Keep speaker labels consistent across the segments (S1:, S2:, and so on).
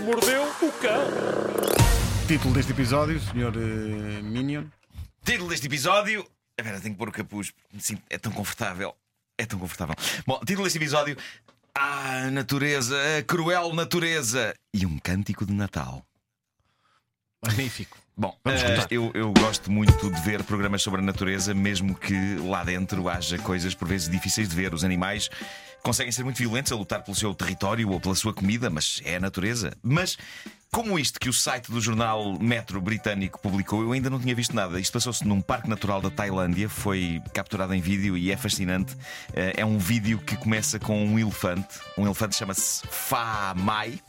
S1: mordeu o cão.
S2: Título deste episódio, Sr. eh, Minion.
S3: Título deste episódio. Espera, tenho que pôr o capuz. porque me sinto- É tão confortável. É tão confortável. Bom, título deste episódio. Ah, natureza, a cruel natureza. E um cântico de Natal.
S4: Magnífico.
S3: Bom,
S2: Vamos
S3: eh,
S2: escutar.
S3: eu, eu gosto muito de ver programas sobre a natureza, mesmo que lá dentro haja coisas por vezes difíceis de ver. Os animais conseguem ser muito violentos a lutar pelo seu território ou pela sua comida, mas é a natureza. Mas, como isto que o site do jornal Metro britânico publicou, eu ainda não tinha visto nada. Isto passou-se num parque natural da Tailândia, foi capturado em vídeo e é fascinante. Eh, É um vídeo que começa com um elefante. Um elefante chama-se Fa Mai.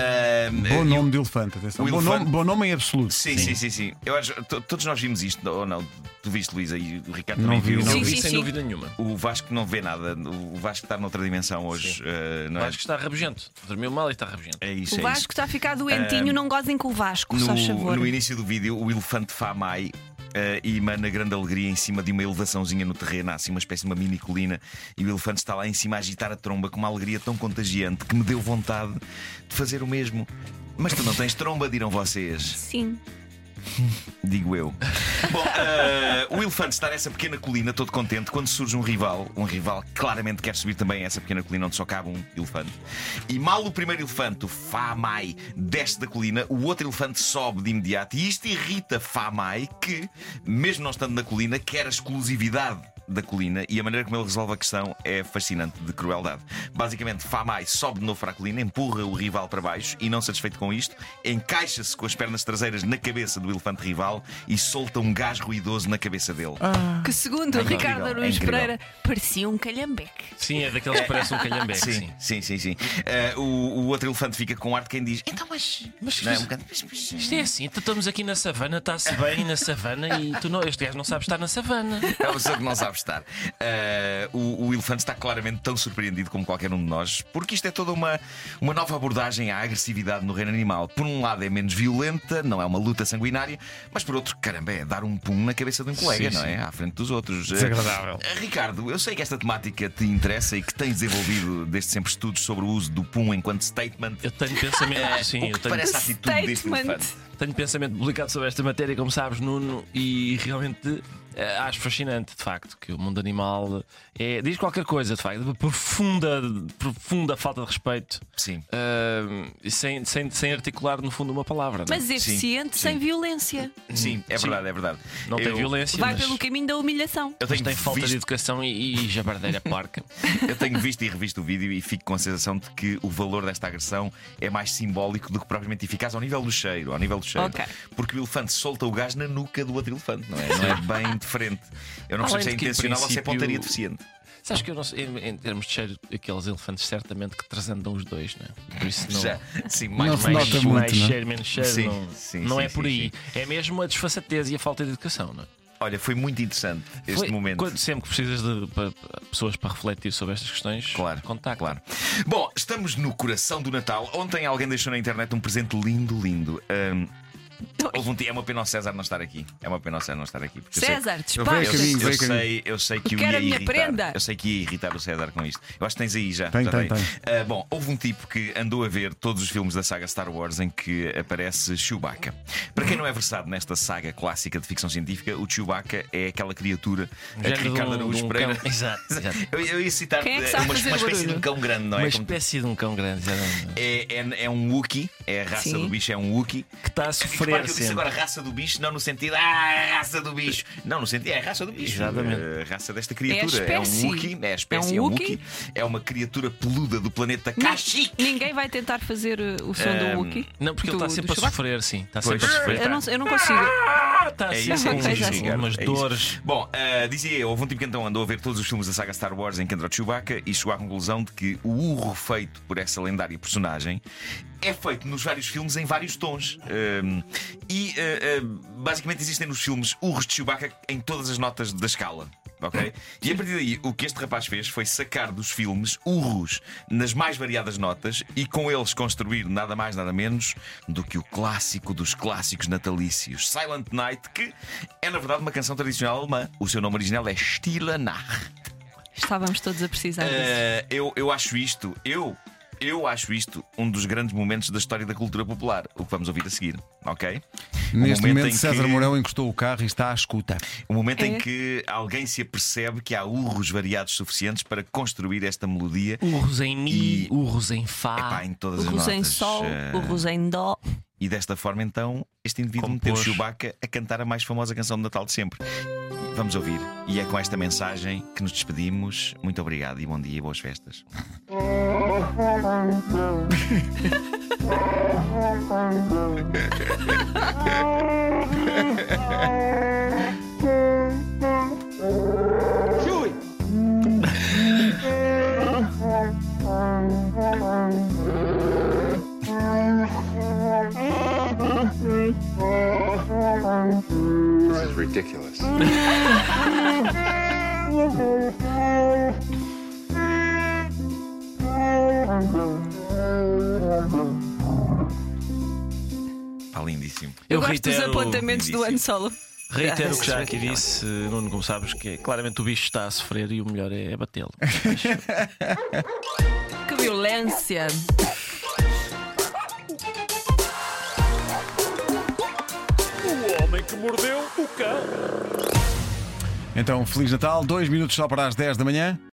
S3: Ah,
S2: Bom nome de elefante, atenção.
S3: o
S2: Bom
S3: elefante-
S2: nome, bom nome em absoluto.
S3: Sim, sim, sim, sim. Eu acho, to- todos nós vimos isto, ou não? Tu viste, Luísa, e o Ricardo
S2: Não
S3: também
S2: vi,
S3: viu.
S2: não
S4: Não
S5: Sim,
S4: vi
S5: sim,
S4: sem
S5: sim.
S4: dúvida nenhuma.
S3: O Vasco não vê nada. O Vasco está noutra dimensão hoje. eh, não
S4: O
S3: é?
S4: Vasco está rabugento. Dormiu mal e está rabugento.
S3: É isso,
S5: O
S3: é
S5: Vasco está a ficar doentinho, não gozem com o Vasco,
S3: isso.
S5: só por
S3: No,
S5: favor.
S3: no início do vídeo, o elefante Famai. eh, e emana grande alegria em cima de uma elevaçãozinha no terreno, há assim uma espécie de uma mini colina, e o elefante está lá em cima a agitar a tromba com uma alegria tão contagiante que me deu vontade de fazer o mesmo. Mas tu não tens tromba, dirão vocês.
S5: Sim.
S3: Digo eu. Bom, eh, o elefante está nessa pequena colina, todo contente, quando surge um rival. Um rival que claramente quer subir também a essa pequena colina onde só cabe um elefante. E mal o primeiro elefante, o Famai, desce da colina, o outro elefante sobe de imediato. E isto irrita Famai, que, mesmo não estando na colina, quer a exclusividade da colina e a maneira como ele resolve a questão é fascinante de crueldade. Basicamente, Famai sobe de novo para a colina, empurra o rival para baixo e, não satisfeito com isto, encaixa-se com as pernas traseiras na cabeça do elefante rival e solta um gás ruidoso na cabeça dele.
S4: Ah,
S5: Que segundo o
S3: incrível,
S5: Ricardo
S3: é
S5: Aruz
S3: incrível.
S5: Pereira parecia um calhambeque.
S4: Sim, é daqueles que parece um calhambeque.
S3: Sim,
S4: Sim.
S3: sim, sim, sim. Eh, o, o outro elefante fica com ar de quem diz: Então, mas.
S4: Mas
S3: Não é? Um
S4: mas-
S3: bocado, "Mas- mas-
S4: Isto é assim, então estamos aqui na savana, está-se bem na savana e tu não, este gajo não sabe estar na savana.
S3: É uma pessoa que não sabe estar. Eh, o, o elefante está claramente tão surpreendido como qualquer um de nós, porque isto é toda uma, uma nova abordagem à agressividade no reino animal. Por um lado é menos violenta, não é uma luta sanguinária, mas por outro, caramba, é dar um pum na cabeça de um colega,
S4: Sim,
S3: não é? À frente dos outros. Desagradável. Ricardo, eu sei que esta temática te interessa e que tens desenvolvido desde sempre estudos sobre o uso do pum enquanto statement.
S4: Eu tenho pensamento, sim,
S3: o
S4: eu
S3: que
S4: tenho,
S3: parece a atitude deste
S5: Statement.
S3: elefante.
S4: tenho pensamento publicado sobre esta matéria, como sabes, Nuno, e realmente eh, acho fascinante, de facto, que o mundo animal é, diz qualquer coisa, de facto, de profunda, de profunda falta de respeito,
S3: Sim.
S4: ah, e sem, sem, sem articular, no fundo, uma palavra. não é?
S5: Mas eficiente, sem violência.
S3: Sim, é
S4: Sim.
S3: verdade, é verdade.
S4: não tem
S3: Eu-
S4: violência,
S5: Vai
S4: mas,
S5: pelo caminho da humilhação.
S3: Eu
S4: mas
S3: tenho
S4: tem falta
S3: visto
S4: de educação e, e jabardeira porca.
S3: Eu tenho visto e revisto o vídeo e fico com a sensação de que o valor desta agressão é mais simbólico do que propriamente eficaz ao nível do cheiro, ao nível do cheiro.
S5: Ok.
S3: Porque o elefante solta o gás na nuca do outro elefante, não é? Não é bem diferente. Eu não
S4: Além
S3: percebo se é
S4: de que, em
S3: intencional ou se é
S4: princípio,
S3: pontaria deficiente.
S4: Sabes que eu não sei, em, em termos de cheiro, aqueles elefantes certamente que transandam os dois, não é? Por isso não.
S3: Já, sim,
S2: Não
S3: mais,
S2: se
S3: mais
S2: nota muito,
S4: mais
S2: não é?
S4: cheiro, menos cheiro,
S3: Sim,
S4: não,
S3: sim,
S4: não
S3: sim,
S4: é por
S3: sim,
S4: aí. É mesmo a desfaçatez e a falta de educação, não é?
S3: Olha, foi muito interessante este
S4: Foi-
S3: momento.
S4: Quando, sempre que precisas de pa- pa- pessoas para refletir sobre estas questões,
S3: Claro,
S4: contacta.
S3: claro. Bom, estamos no coração do Natal. Ontem alguém deixou na internet um presente lindo, lindo. Ahm, houve um dia- é uma pena o César não estar aqui. É uma pena o César não estar aqui. porque eu sei-
S5: César,
S2: vejo
S5: despacha.
S3: Eu,
S2: caminho,
S3: eu
S2: veio caminho.
S3: sei, eu sei que o
S5: Quero
S3: ia
S5: a minha
S3: irritar.
S5: prenda.
S3: Eu sei que ia irritar o César com isto. Eu acho que tens aí já.
S2: Tem,
S3: já
S2: tem, tem.
S3: Ah, bom, houve um tipo que andou a ver todos os filmes da saga Star Wars em que aparece Chewbacca. Para quem não é versado nesta saga clássica de ficção científica, o Chewbacca é aquela criatura
S4: Um
S3: a que
S4: género de
S3: Ricardo
S4: um- de
S3: Araújo
S4: um
S3: Pereira.
S4: cão. Exato, exato.
S3: Eu, eu ia citar
S5: Quem é que
S3: eh,
S5: sabe
S3: uma,
S5: fazer
S3: uma espécie de
S5: barulho?
S3: um cão grande, não é?
S4: Uma
S3: Como-
S4: espécie de um cão grande, já não-
S3: é, é- é um Wookie, é a raça
S5: Sim.
S3: do bicho, é um Wookie.
S4: que está a
S3: Repara
S4: sofrer
S3: que eu disse
S4: sempre.
S3: agora raça do bicho, não no sentido ah, raça do bicho. Não, no sentido é a raça do bicho.
S4: Exatamente.
S3: A raça desta criatura.
S5: É a
S3: um
S5: espécie.
S3: Wookie, é a espécie,
S5: É
S3: é
S5: um
S3: um
S5: Wookie.
S3: Wookie. É uma criatura peluda do planeta
S5: Ni-
S3: Kashyyyk.
S5: Ninguém vai tentar fazer uh, o som do Wookie.
S4: Não, porque ele
S5: Do-
S4: está
S5: do
S4: sempre a
S5: Chewbacca?
S4: sofrer, sim. Está
S3: Pois.
S4: sempre a sofrer.
S5: Eu não, eu não consigo.
S4: Está
S3: É
S4: sempre
S3: isso, é
S4: com
S3: isso, é isso,
S4: umas-
S3: Ricardo,
S4: umas
S3: é isso.
S4: dores.
S3: Bom, ah, dizia eu, houve um tipo que então andou a ver todos os filmes da saga Star Wars em que entra o Chewbacca e chegou à conclusão de que o urro feito por essa lendária personagem é feito nos vários filmes em vários tons. Ahm, e ah, ah, basicamente existem nos filmes urros de Chewbacca em todas as notas da escala. ok? E a partir daí, o que este rapaz fez foi sacar dos filmes urros nas mais variadas notas e com eles construir nada mais, nada menos do que o clássico dos clássicos natalícios, Silent Night, que é na verdade uma canção tradicional alemã. O seu nome original é Stille Nacht.
S5: Estávamos todos a precisar disso.
S3: Eh, eu, eu acho isto, eu Eu acho isto um dos grandes momentos da história da cultura popular, o que vamos ouvir a seguir, ok?
S2: Neste
S3: Um momento
S2: momento,
S3: em
S2: César
S3: que-
S2: Mourão encostou o carro e está à escuta.
S3: O momento em
S5: É.
S3: que alguém se apercebe que há urros variados suficientes para construir esta melodia
S4: Urros em mi,
S3: E-
S4: urros em fá.
S3: epá, em todas as
S5: Ah, Urros
S3: notas.
S5: em sol,
S3: eh,
S5: urros em dó.
S3: E desta forma, então, este indivíduo
S4: Compôs.
S3: meteu Chewbacca a cantar a mais famosa canção de Natal de sempre. Vamos ouvir. E é com esta mensagem que nos despedimos. Muito obrigado e bom dia e boas festas.
S1: This is ridiculous.
S3: Está lindíssimo.
S5: Eu, gosto dos
S4: reitero-
S5: apontamentos do ano solo.
S4: Reitero o que já aqui disse, Nuno, como sabes, que é, claramente o bicho está a sofrer e o melhor é, é batê-lo.
S5: Que violência!
S2: Então, Feliz Natal, dois minutos só para as 10 da manhã.